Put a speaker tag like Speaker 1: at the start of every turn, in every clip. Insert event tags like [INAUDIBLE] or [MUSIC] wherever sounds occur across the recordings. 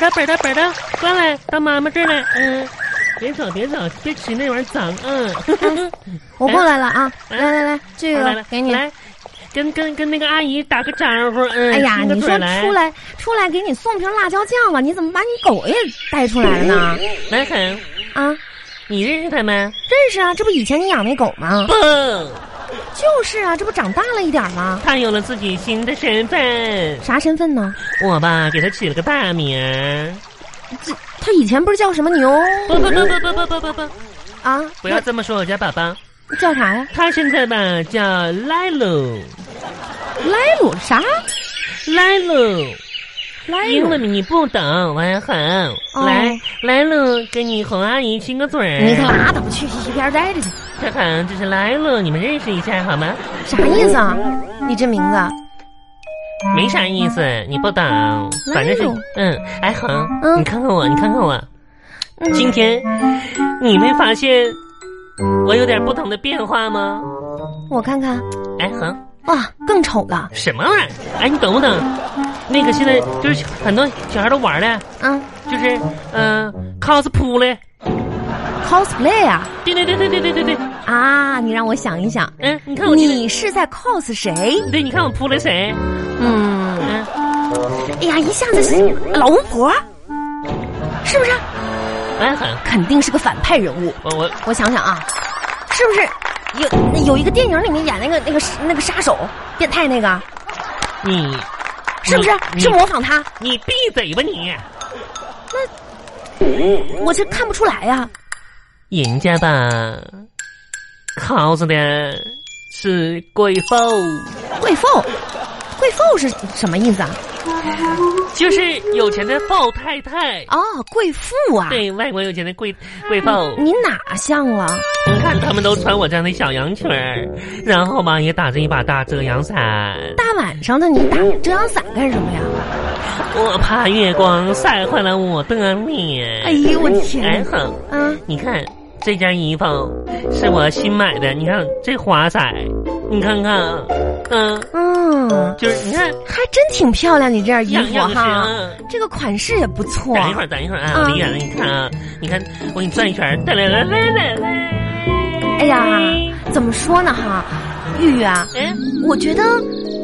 Speaker 1: 哒本哒本哒，过来到妈妈这儿来，嗯，别吵别吵，别吃那玩意儿脏，嗯， [LAUGHS]
Speaker 2: 我过来了啊！
Speaker 1: 哎
Speaker 2: 来来来，这
Speaker 1: 来来
Speaker 2: 个给你。
Speaker 1: 来，跟跟跟那个阿姨打个招呼，嗯，
Speaker 2: 哎呀，
Speaker 1: 伸个
Speaker 2: 你说
Speaker 1: 腿来
Speaker 2: 出来出来，给你送瓶辣椒酱吧，你怎么把你狗也带出来了呢？
Speaker 1: 南恒，
Speaker 2: 啊，
Speaker 1: 你认识他吗？
Speaker 2: 认识啊，这不以前你养那狗吗？
Speaker 1: 不，
Speaker 2: 就是啊，这不长大了一点吗？
Speaker 1: 他有了自己新的身份，
Speaker 2: 啥身份呢？
Speaker 1: 我吧给他起了个大名，
Speaker 2: 这他以前不是叫什么
Speaker 1: [LAUGHS]
Speaker 2: 牛
Speaker 1: 不不不不不不不不不，
Speaker 2: 啊？
Speaker 1: 不要这么说我家宝宝，
Speaker 2: 那叫啥呀？
Speaker 1: 他现在吧叫莱鲁，
Speaker 2: 莱鲁啥？
Speaker 1: 莱鲁。
Speaker 2: 莱
Speaker 1: 英
Speaker 2: 鲁？
Speaker 1: 文你不懂，文恒，
Speaker 2: 哦
Speaker 1: 来来了，给你红阿姨亲个嘴儿。
Speaker 2: 你可拉倒吧，去一边待着去。
Speaker 1: 这恒，这是来了，你们认识一下好吗？
Speaker 2: 啥意思啊？你这名字
Speaker 1: 没啥意思，你不懂，反正是
Speaker 2: 莱鲁
Speaker 1: 嗯，哎恒，
Speaker 2: 嗯
Speaker 1: 你看看我，你看看我，
Speaker 2: 嗯
Speaker 1: 今天你没发现我有点不同的变化吗？
Speaker 2: 我看看，
Speaker 1: 哎恒，
Speaker 2: 哇，更丑了
Speaker 1: 什么玩意儿？哎，你懂不懂？那个现在就是很多小孩都玩的，
Speaker 2: 啊
Speaker 1: 就是嗯、cos 扑嘞，
Speaker 2: ！cosplay 啊
Speaker 1: 对对对对对对对对，
Speaker 2: 啊！你让我想一想，
Speaker 1: 嗯，你看我今天。
Speaker 2: 你是在 cos 谁？
Speaker 1: 对，你看我扑了谁？
Speaker 2: 嗯，
Speaker 1: 嗯，
Speaker 2: 哎呀，一下子是老巫婆，是不是？
Speaker 1: 蛮狠。
Speaker 2: 肯定是个反派人物。
Speaker 1: 哎我我
Speaker 2: 我想想啊，是不是有有一个电影里面演那个那个那个杀手变态那个，
Speaker 1: 你
Speaker 2: 是不是
Speaker 1: 你
Speaker 2: 是模仿他？
Speaker 1: 你闭嘴吧你！
Speaker 2: 我这看不出来呀、啊
Speaker 1: 人家吧，cos 的是贵妇，
Speaker 2: 贵妇，贵妇是什么意思啊？
Speaker 1: 就是有钱的富太太。
Speaker 2: 哦，贵妇啊。
Speaker 1: 对，外国有钱的贵贵妇，
Speaker 2: 你哪像啊了？
Speaker 1: 你看他们都穿我这样的小洋裙儿，然后吧也打着一把大遮阳伞，
Speaker 2: 大晚上的你打遮阳伞干什么呀？
Speaker 1: 我怕月光晒坏了我的脸。
Speaker 2: 哎呦我
Speaker 1: 哎
Speaker 2: 天！
Speaker 1: 哼。
Speaker 2: 啊，
Speaker 1: 你看这件衣服是我新买的，你看这花色，你看看，嗯、
Speaker 2: 嗯，
Speaker 1: 就是你看
Speaker 2: 还真挺漂亮，你这件衣
Speaker 1: 样
Speaker 2: 服
Speaker 1: 样式
Speaker 2: 哎哈，
Speaker 1: 啊。
Speaker 2: 这个款式也不错。
Speaker 1: 等一会儿，等一会儿啊，
Speaker 2: 嗯
Speaker 1: 我离远了，你看啊，你看我给你转一圈儿，来来来来来来，
Speaker 2: 哎呀，怎么说呢哈，玉玉啊，
Speaker 1: 嗯，
Speaker 2: 我觉得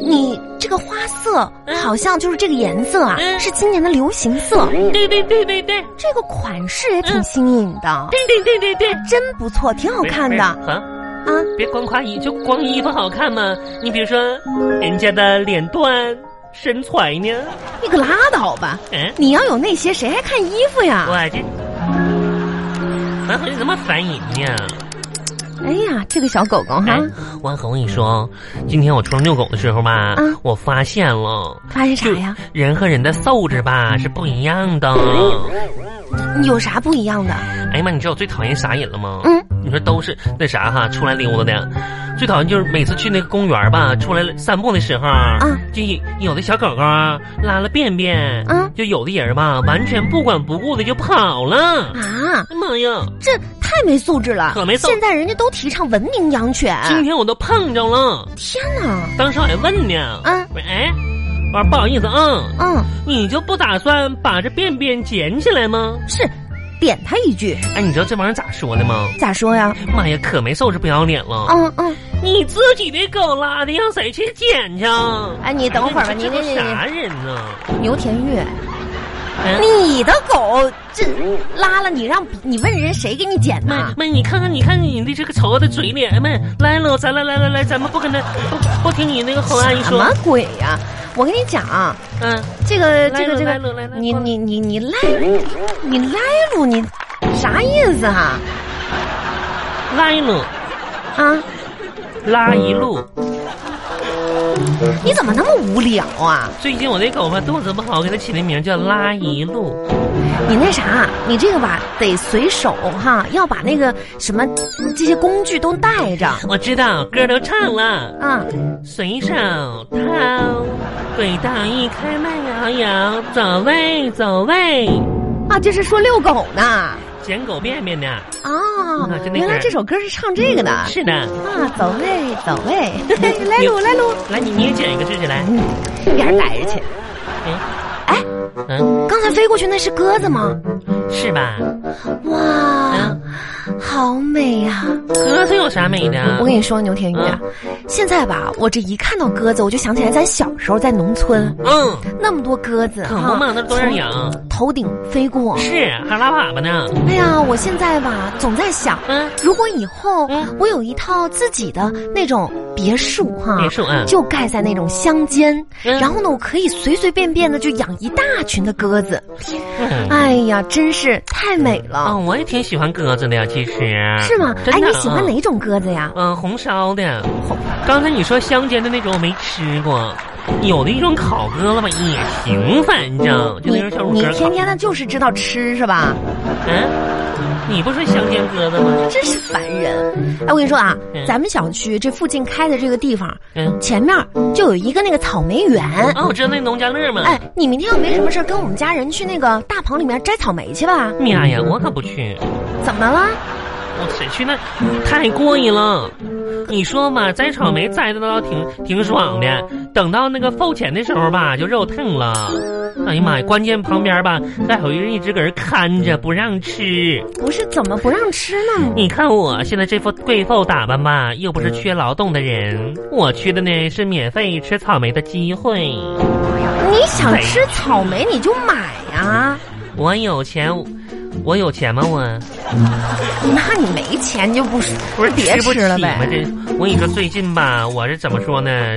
Speaker 2: 你这个花色好像就是这个颜色啊，
Speaker 1: 嗯
Speaker 2: 是今年的流行色，
Speaker 1: 对对对对对
Speaker 2: 这个款式也挺新颖的，
Speaker 1: 对对对对对，
Speaker 2: 真不错，挺好看的啊。
Speaker 1: 没。没好别光夸衣，就光衣服好看嘛。你比如说，人家的脸段、身材呢，
Speaker 2: 你可拉倒吧，
Speaker 1: 嗯，
Speaker 2: 你要有那些，谁还看衣服呀？
Speaker 1: 我这，王恒你怎么烦人呢？
Speaker 2: 哎呀，这个小狗狗哈
Speaker 1: 哎，，王恒，我跟你说，今天我出来遛狗的时候吧，
Speaker 2: 嗯
Speaker 1: 我发现了，
Speaker 2: 发现啥呀？哎
Speaker 1: 人和人的素质吧是不一样的。
Speaker 2: 有啥不一样的？
Speaker 1: 哎呀妈，你知道我最讨厌啥人了吗？
Speaker 2: 嗯，
Speaker 1: 你说都是那啥哈，出来溜达的，最讨厌就是每次去那个公园吧，出来散步的时候，啊就有有的小狗狗啊拉了便便，
Speaker 2: 嗯
Speaker 1: 就有的人吧完全不管不顾的就跑了。
Speaker 2: 啊，
Speaker 1: 哎妈呀！
Speaker 2: 这太没素质了！
Speaker 1: 可没素质
Speaker 2: 现在人家都提倡文明养犬。
Speaker 1: 今天我都碰着了，
Speaker 2: 天哪！
Speaker 1: 当时我还问呢，
Speaker 2: 嗯
Speaker 1: 我说哎，我说不好意思啊，
Speaker 2: 嗯，
Speaker 1: 你就不打算把这便便捡起来吗？
Speaker 2: 是，点他一句，
Speaker 1: 哎，你知道这玩意儿咋说的吗？
Speaker 2: 咋说呀？
Speaker 1: 妈呀，可没素质不要脸了！
Speaker 2: 嗯嗯，
Speaker 1: 你自己的狗拉的，让谁去捡去？
Speaker 2: 哎，你等会儿吧，你
Speaker 1: 这
Speaker 2: 你
Speaker 1: 都
Speaker 2: 你
Speaker 1: 啥人呢？
Speaker 2: 牛田玉，
Speaker 1: 哎
Speaker 2: 你的狗这拉了，你让你问人谁给你捡
Speaker 1: 妈
Speaker 2: 的？
Speaker 1: 妈，你看看，你看你的这个丑恶的嘴脸！妈，来了，咱来来来来，咱们不跟他不不听嗯你那个侯阿姨
Speaker 2: 什
Speaker 1: 说
Speaker 2: 么，鬼呀？我跟你讲啊，
Speaker 1: 嗯，
Speaker 2: 这个
Speaker 1: 来
Speaker 2: 这
Speaker 1: 了
Speaker 2: 个这
Speaker 1: 来了来
Speaker 2: 个
Speaker 1: 了，
Speaker 2: 你
Speaker 1: 过来
Speaker 2: 你你你赖你赖路你啥意思啊？
Speaker 1: 来了，
Speaker 2: 啊，
Speaker 1: 拉一路。
Speaker 2: 你怎么那么无聊啊？
Speaker 1: 最近我那狗吧肚子不好，给它起的名叫拉一路。
Speaker 2: 你那啥，你这个吧得随手哈，要把那个什么这些工具都带着
Speaker 1: 我知道歌都唱了。
Speaker 2: 啊。
Speaker 1: 随手掏，轨道一开慢摇摇，走位走位，
Speaker 2: 啊，这是说遛狗呢
Speaker 1: 捡狗便便呢。
Speaker 2: 哦
Speaker 1: 嗯那就，那
Speaker 2: 原来
Speaker 1: 个
Speaker 2: 这首歌是唱这个的啊，
Speaker 1: 是的，
Speaker 2: 走位走位，
Speaker 1: [LAUGHS]
Speaker 2: 来喽来喽，
Speaker 1: 来你你也捡一个试试来。
Speaker 2: 嗯，一边待着去。
Speaker 1: 哎，
Speaker 2: 哎，
Speaker 1: 嗯，
Speaker 2: 刚才飞过去那是鸽子吗？
Speaker 1: 是吧？
Speaker 2: 哇，
Speaker 1: 嗯，
Speaker 2: 好美呀、
Speaker 1: 鸽子有啥美的？
Speaker 2: 我跟你说，牛田玉啊，
Speaker 1: 嗯
Speaker 2: 现在吧，我这一看到鸽子，我就想起来咱小时候在农村
Speaker 1: 嗯，
Speaker 2: 那么多鸽子
Speaker 1: 可不
Speaker 2: 哈，
Speaker 1: 嘛，那多让人养。嗯
Speaker 2: 头顶飞过。
Speaker 1: 是，还有拉粑粑呢。
Speaker 2: 哎呀，我现在吧，总在想，
Speaker 1: 嗯，
Speaker 2: 如果以后
Speaker 1: 嗯
Speaker 2: 我有一套自己的那种别墅哈，
Speaker 1: 别墅嗯
Speaker 2: 啊就盖在那种乡间，
Speaker 1: 嗯
Speaker 2: 然后呢，我可以随随便便的就养一大群的鸽子。
Speaker 1: 嗯
Speaker 2: 哎呀，真是太美
Speaker 1: 啊，
Speaker 2: 了，
Speaker 1: 我也挺喜欢鸽子的呀，其实。
Speaker 2: 是吗？
Speaker 1: 嗯真
Speaker 2: 哎，
Speaker 1: 的
Speaker 2: 你喜欢？哪种鸽子呀？
Speaker 1: 嗯，红烧的。刚才你说乡间的那种我没吃过，有的一种烤鸽子吧也行，反正就
Speaker 2: 你
Speaker 1: 那种小乳
Speaker 2: 你
Speaker 1: 鸽
Speaker 2: 天
Speaker 1: 烤。
Speaker 2: 天的就是知道吃是吧？
Speaker 1: 嗯，你不说乡间鸽子吗？
Speaker 2: 真是烦人！哎，我跟你说啊，
Speaker 1: 嗯
Speaker 2: 咱们小区这附近开的这个地方，
Speaker 1: 嗯，
Speaker 2: 前面就有一个那个草莓园。
Speaker 1: 啊，我知道那农家乐嘛。
Speaker 2: 嗯哎，你明天要没什么事儿，跟我们家人去那个大棚里面摘草莓去吧？
Speaker 1: 妈哎呀，我可不去，
Speaker 2: 怎么了？
Speaker 1: 我谁哦去那太过瘾了。你说嘛，摘草莓摘的倒挺挺爽的，等到那个付钱的时候吧，就肉疼了。哎呀妈呀，关键旁边吧，再有人一直搁这看着不让吃。
Speaker 2: 不是怎么不让吃呢？
Speaker 1: 你看我现在这副贵妇打扮吧，又不是缺劳动的人，我缺的呢是免费吃草莓的机会。嗯
Speaker 2: 你想吃草莓你就买呀、
Speaker 1: 我有钱，我有钱吗？我
Speaker 2: [LAUGHS] 那你没钱就不不是别
Speaker 1: 吃不起
Speaker 2: 吃了
Speaker 1: 吗？
Speaker 2: 呗？
Speaker 1: 这我跟你说，最近吧，我是怎么说呢？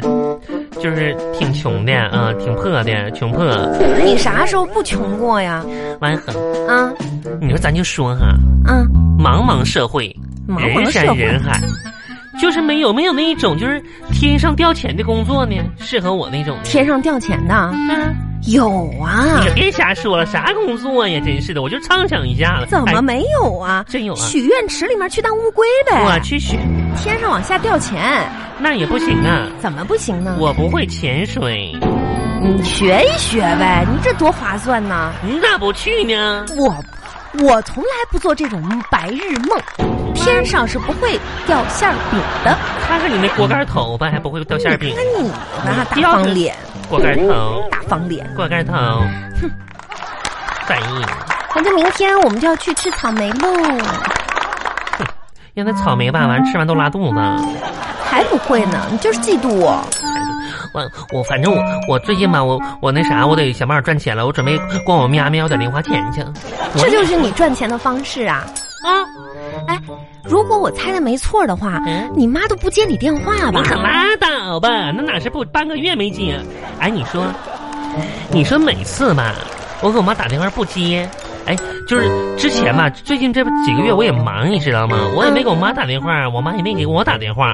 Speaker 1: 就是挺穷的啊、挺破的，穷破
Speaker 2: 你啥时候不穷过呀？
Speaker 1: 蛮横。
Speaker 2: 啊
Speaker 1: 你说咱就说哈，
Speaker 2: 啊，
Speaker 1: 茫茫社会，
Speaker 2: 茫茫
Speaker 1: 人
Speaker 2: 社
Speaker 1: 山
Speaker 2: 会
Speaker 1: 人海，就是没有没有那一种就是天上掉钱的工作呢，适合我那种的。
Speaker 2: 天上掉钱的
Speaker 1: 啊
Speaker 2: 有啊
Speaker 1: 你，可别瞎说了，啥工作呀？真是的，我就畅想一下子。
Speaker 2: 怎么
Speaker 1: 哎
Speaker 2: 没有啊？
Speaker 1: 真有啊？
Speaker 2: 许愿池里面去当乌龟呗。
Speaker 1: 哎我去学，
Speaker 2: 天上往下掉钱，
Speaker 1: 那也不行啊！
Speaker 2: 怎么不行呢？
Speaker 1: 我不会潜水，
Speaker 2: 你学一学呗，你这多划算呢！
Speaker 1: 你咋不去呢？
Speaker 2: 我，我从来不做这种白日梦，天上是不会掉馅儿饼的。
Speaker 1: 看看你那锅盖头吧，还不会掉馅儿饼嗯
Speaker 2: 你。看你那大
Speaker 1: 掉
Speaker 2: 方脸，
Speaker 1: 锅盖头，
Speaker 2: 大方脸。
Speaker 1: 锅盖头，反应。
Speaker 2: 反正明天我们就要去吃草莓喽，
Speaker 1: 让那草莓吧，完吃完都拉肚子。
Speaker 2: 还不会呢，你就是嫉妒我。
Speaker 1: 我我反正我我最近吧，我我那啥，我得想办法赚钱了。我准备管我喵喵要点零花钱去。我
Speaker 2: 这就是你赚钱的方式啊！
Speaker 1: 啊，
Speaker 2: 哎，如果我猜的没错的话，
Speaker 1: 嗯
Speaker 2: 你妈都不接你电话吧
Speaker 1: 你？可拉倒吧，那哪是不半个月没接？哎，你说，你说每次吧，我给我妈打电话不接，哎，就是之前吧，最近这几个月我也忙，你知道吗？我
Speaker 2: 嗯
Speaker 1: 也没给我妈打电话，我妈也没给我打电话。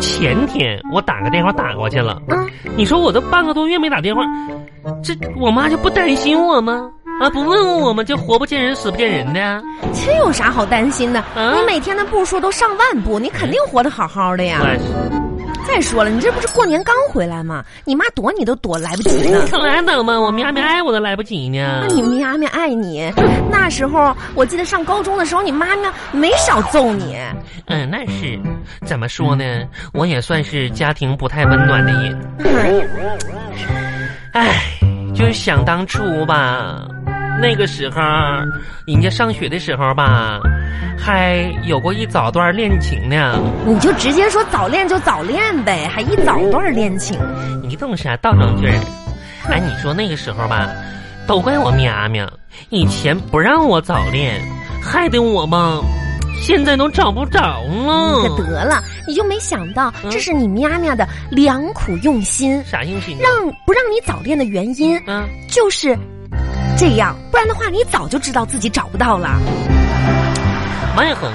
Speaker 1: 前天我打个电话打过去了，
Speaker 2: 嗯，
Speaker 1: 你说我都半个多月没打电话，这我妈就不担心我吗？啊，不问问我吗？就活不见人死不见人的、
Speaker 2: 这有啥好担心的？
Speaker 1: 嗯
Speaker 2: 你每天的步数都上万步，你肯定活得好好哎的呀。
Speaker 1: 我
Speaker 2: 再说了，你这不是过年刚回来吗？你妈躲你都躲来不
Speaker 1: [LAUGHS]
Speaker 2: 及呢
Speaker 1: 你。可拉倒吧，我喵喵爱我都来不及呢
Speaker 2: 那。你妈咪爱你，那时候我记得上高中的时候，你妈咪没少揍你。
Speaker 1: 嗯，那是，怎么说呢？我也算是家庭不太温暖的人。唉，就是想当初吧，那个时候，人家上学的时候吧，还有过一早段恋情呢。
Speaker 2: 你就直接说早恋就早恋呗，还一早段恋情。
Speaker 1: 你懂啥啊倒装句儿？哎，你说那个时候吧，都怪我喵喵，以前不让我早恋，害得我吧，现在都找不着
Speaker 2: 可
Speaker 1: 了。
Speaker 2: 得了，你就没想到
Speaker 1: 嗯
Speaker 2: 这是你喵喵的良苦用心，
Speaker 1: 啥啊用心呢？
Speaker 2: 让不让你早恋的原因
Speaker 1: 嗯。
Speaker 2: 就是这样，不然的话你早就知道自己找不到了。
Speaker 1: 王彦恒，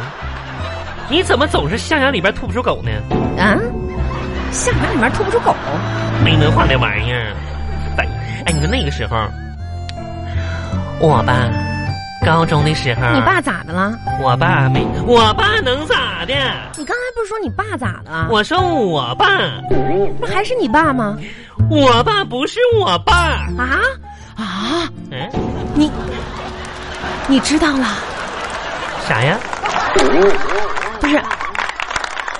Speaker 1: 你怎么总是象牙里边吐不出狗呢？
Speaker 2: 啊，象牙里面吐不出狗。
Speaker 1: 没文化那玩意儿！哎，哎，你说那个时候，我吧，高中的时候，
Speaker 2: 你爸咋的了？
Speaker 1: 我爸没，我爸能咋的？
Speaker 2: 你刚才不是说你爸咋了？
Speaker 1: 我说我爸，
Speaker 2: 不还是你爸吗？
Speaker 1: 我爸不是我爸。
Speaker 2: 啊啊！
Speaker 1: 嗯，
Speaker 2: 你你知道了？
Speaker 1: 啥呀？
Speaker 2: 不是，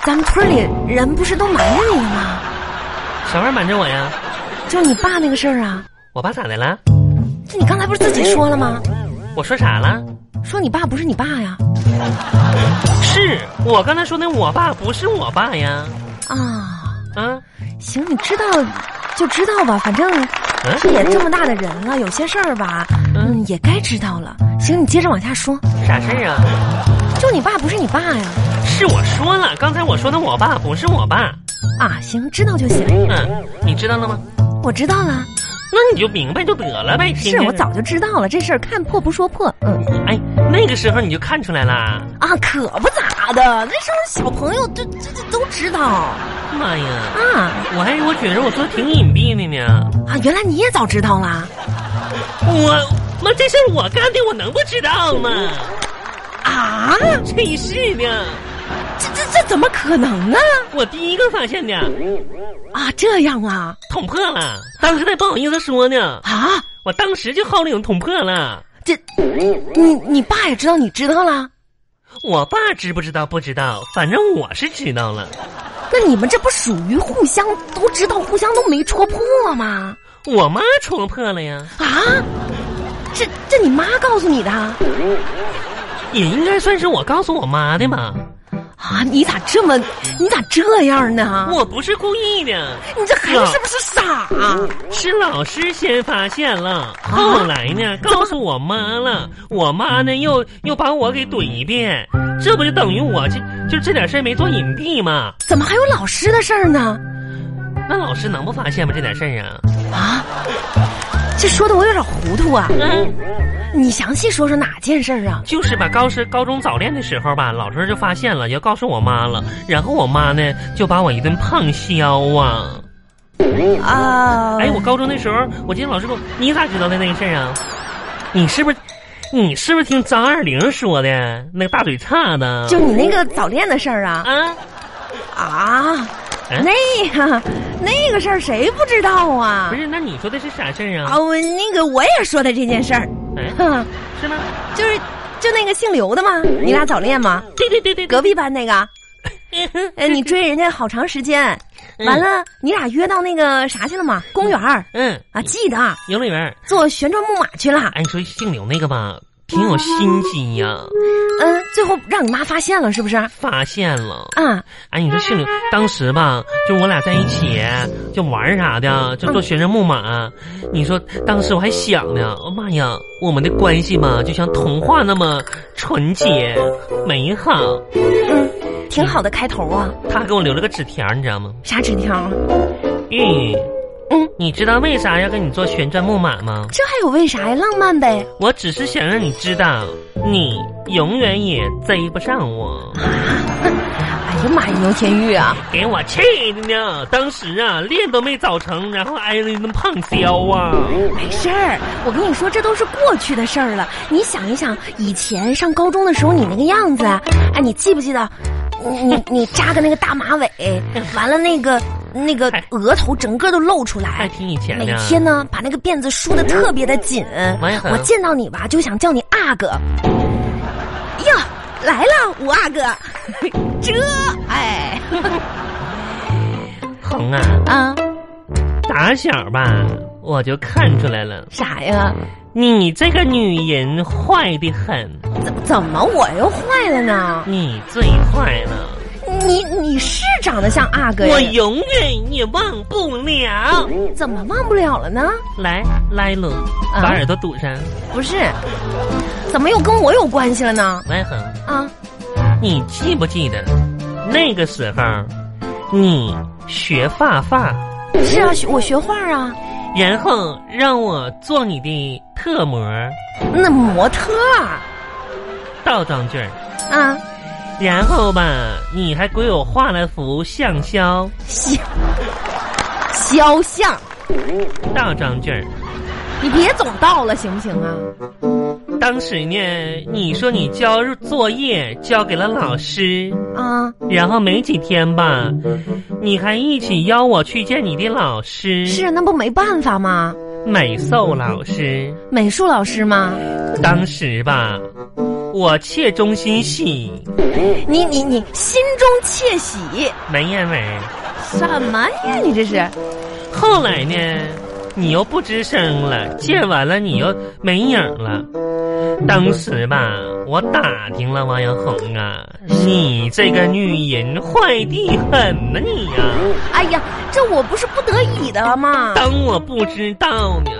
Speaker 2: 咱们村里人不是都瞒着你了吗？
Speaker 1: 啥玩意儿瞒着我呀？
Speaker 2: 就你爸那个事儿啊，
Speaker 1: 我爸咋的了？
Speaker 2: 这你刚才不是自己说了吗？
Speaker 1: 我说啥了？
Speaker 2: 说你爸不是你爸呀？
Speaker 1: 是我刚才说那我爸不是我爸呀？
Speaker 2: 啊，
Speaker 1: 啊，
Speaker 2: 行，你知道就知道吧，反正
Speaker 1: 嗯
Speaker 2: 这也这么大的人了，有些事儿吧，嗯，也该知道了。行，你接着往下说，
Speaker 1: 啥事儿啊？
Speaker 2: 就你爸不是你爸呀？
Speaker 1: 是我说了，刚才我说的我爸不是我爸。
Speaker 2: 啊，行，知道就行，
Speaker 1: 嗯，你知道了吗？
Speaker 2: 我知道了。
Speaker 1: 那你就明白就得了呗。天
Speaker 2: 是
Speaker 1: 天
Speaker 2: 我早就知道了，这事儿看破不说破。嗯
Speaker 1: 哎，那个时候你就看出来啦。
Speaker 2: 啊，可不咋的，那时候小朋友这这这都知道啊
Speaker 1: 妈呀，我还我觉着我做得挺隐蔽的呢。
Speaker 2: 啊！原来你也早知道啦
Speaker 1: 我妈这事儿我干的，我能不知道吗？
Speaker 2: 啊！
Speaker 1: 真是的，
Speaker 2: 这这这怎么可能呢？
Speaker 1: 我第一个发现的，
Speaker 2: 啊，这样啊
Speaker 1: 捅破了。当时还不好意思说呢，
Speaker 2: 啊！
Speaker 1: 我当时就号令捅破了。
Speaker 2: 这你你爸也知道你知道啦？
Speaker 1: 我爸知不知道不知道，反正我是知道了。
Speaker 2: 那你们这不属于互相都知道，互相都没戳破吗？
Speaker 1: 我妈戳破了呀，
Speaker 2: 啊，这这你妈告诉你的啊？
Speaker 1: 也应该算是我告诉我妈的吧。
Speaker 2: 你咋这么你咋这样呢？
Speaker 1: 我不是故意的，
Speaker 2: 你这孩子是不是傻啊？
Speaker 1: 是老师先发现了，后来呢告诉我妈了，我妈呢又又把我给怼一遍，这不就等于我这就这点事儿没做隐蔽吗？
Speaker 2: 怎么还有老师的事儿呢？
Speaker 1: 那老师能不发现吗？这点事儿啊？
Speaker 2: 啊，这说的我有点糊涂啊！
Speaker 1: 嗯，
Speaker 2: 你详细说说哪件事儿啊？
Speaker 1: 就是吧，高是高中早恋的时候吧，老师就发现了，要告诉我妈了，然后我妈呢就把我一顿胖削啊。
Speaker 2: 啊，
Speaker 1: 哎，我高中那时候，我记得老师给我，你咋知道的那个事儿啊？你是不是，你是不是听张二玲说的那个大嘴叉子？
Speaker 2: 就你那个早恋的事儿啊？
Speaker 1: 啊，
Speaker 2: 啊，
Speaker 1: 嗯
Speaker 2: 那个那个事儿谁不知道啊
Speaker 1: 不？是，那你说的是啥事儿啊
Speaker 2: 啊，？我那个我也说的这件事儿，
Speaker 1: 哎，
Speaker 2: 哼，
Speaker 1: 是吗？
Speaker 2: 就是就那个姓刘的嘛，你俩早恋吗？
Speaker 1: [LAUGHS] 对对对对，
Speaker 2: 隔壁班那个，
Speaker 1: 对
Speaker 2: 呃，你追人家好长时间，完了你俩约到那个啥去了吗？公园儿
Speaker 1: [LAUGHS] 嗯，
Speaker 2: 啊，记得啊
Speaker 1: 游乐园。
Speaker 2: 坐旋转木马去了。
Speaker 1: 哎，你说姓刘那个吧，挺有心机呀、
Speaker 2: 嗯，最后让你妈发现了是啊不是？啊，
Speaker 1: 发现了。哎，你说姓刘当时吧，就我俩在一起，就玩儿啥的，就坐旋转木马。你说当时我还想呢，哦妈呀，我们的关系吧，就像童话那么纯洁美好。
Speaker 2: 嗯，挺好的开头啊。
Speaker 1: 他给我留了个纸条，你知道吗？
Speaker 2: 啥纸条啊？
Speaker 1: 玉，
Speaker 2: 嗯，
Speaker 1: 你知道为啥要跟你坐旋转木马吗？
Speaker 2: 这还有为啥呀？浪漫呗。
Speaker 1: 我只是想让你知道，你永远也追不上我。
Speaker 2: 哎呀妈呀，牛天玉啊！
Speaker 1: 给我气的呢！当时啊，练都没早成，然后挨了一顿胖削啊！
Speaker 2: 没事儿，我跟你说，这都是过去的事儿了。你想一想，以前上高中的时候你那个样子，哎，你记不记得？你你你扎个那个大马尾，完了那个那个额头整个都露出
Speaker 1: 还
Speaker 2: 来。
Speaker 1: 挺以前
Speaker 2: 哎每
Speaker 1: 的。
Speaker 2: 天呢，把那个辫子梳的特别的紧。
Speaker 1: 我也很
Speaker 2: 我见到你吧，就想叫你阿哥。哟，来了，五阿哥， [LAUGHS] 这哎
Speaker 1: 红啊，
Speaker 2: 啊
Speaker 1: 打小吧我就看出来了，
Speaker 2: 啥呀？
Speaker 1: 你这个女人坏的很，
Speaker 2: 怎怎么我又坏了呢？
Speaker 1: 你最坏了，
Speaker 2: 你你是长得像阿哥
Speaker 1: 我
Speaker 2: 呀？
Speaker 1: 永远也忘不了。
Speaker 2: 怎么忘不了了呢？
Speaker 1: 来，来了，
Speaker 2: 啊
Speaker 1: 把耳朵堵上。
Speaker 2: 不是，怎么又跟我有关系了呢？
Speaker 1: 来恒，
Speaker 2: 啊，
Speaker 1: 你记不记得那个时候，你学发发，
Speaker 2: 是啊，学我学画啊，
Speaker 1: 然后让我做你的特模
Speaker 2: 那模特儿
Speaker 1: 倒装句儿。
Speaker 2: 啊，
Speaker 1: 然后吧，你还给我画了幅相肖
Speaker 2: 肖肖像，
Speaker 1: 倒装句儿。
Speaker 2: 你别总倒了行不行啊？
Speaker 1: 当时呢，你说你交作业交给了老师，
Speaker 2: 啊，
Speaker 1: 然后没几天吧，你还一起邀我去见你的老师，
Speaker 2: 是那不没办法吗？
Speaker 1: 美寿老师。
Speaker 2: 美术老师吗？
Speaker 1: 当时吧，我切中心喜，
Speaker 2: 你你你心中窃喜，
Speaker 1: 没认为。
Speaker 2: 什么呀？你这是
Speaker 1: 后来呢，你又不吱声了，借完了你又没影儿了。当时吧，我打听了王小红啊，你这个女人坏的很呐、你呀、
Speaker 2: 哎呀，这我不是不得已的吗？
Speaker 1: 当我不知道呢。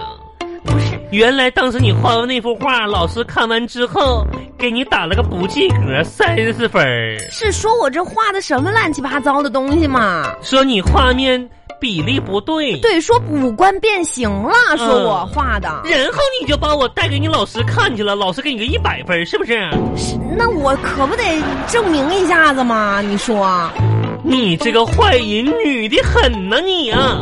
Speaker 2: 不是，
Speaker 1: 原来当时你画完那幅画，老师看完之后给你打了个不及格三十分儿，
Speaker 2: 是说我这画的什么乱七八糟的东西吗？
Speaker 1: 说你画面比例不对。
Speaker 2: 对，说五官变形了，说我画的。
Speaker 1: 然后你就把我带给你老师看去了，老师给你个一百分儿，是不是？
Speaker 2: 那我可不得证明一下子吗？你说，
Speaker 1: 你这个坏人，女的很呐、你啊！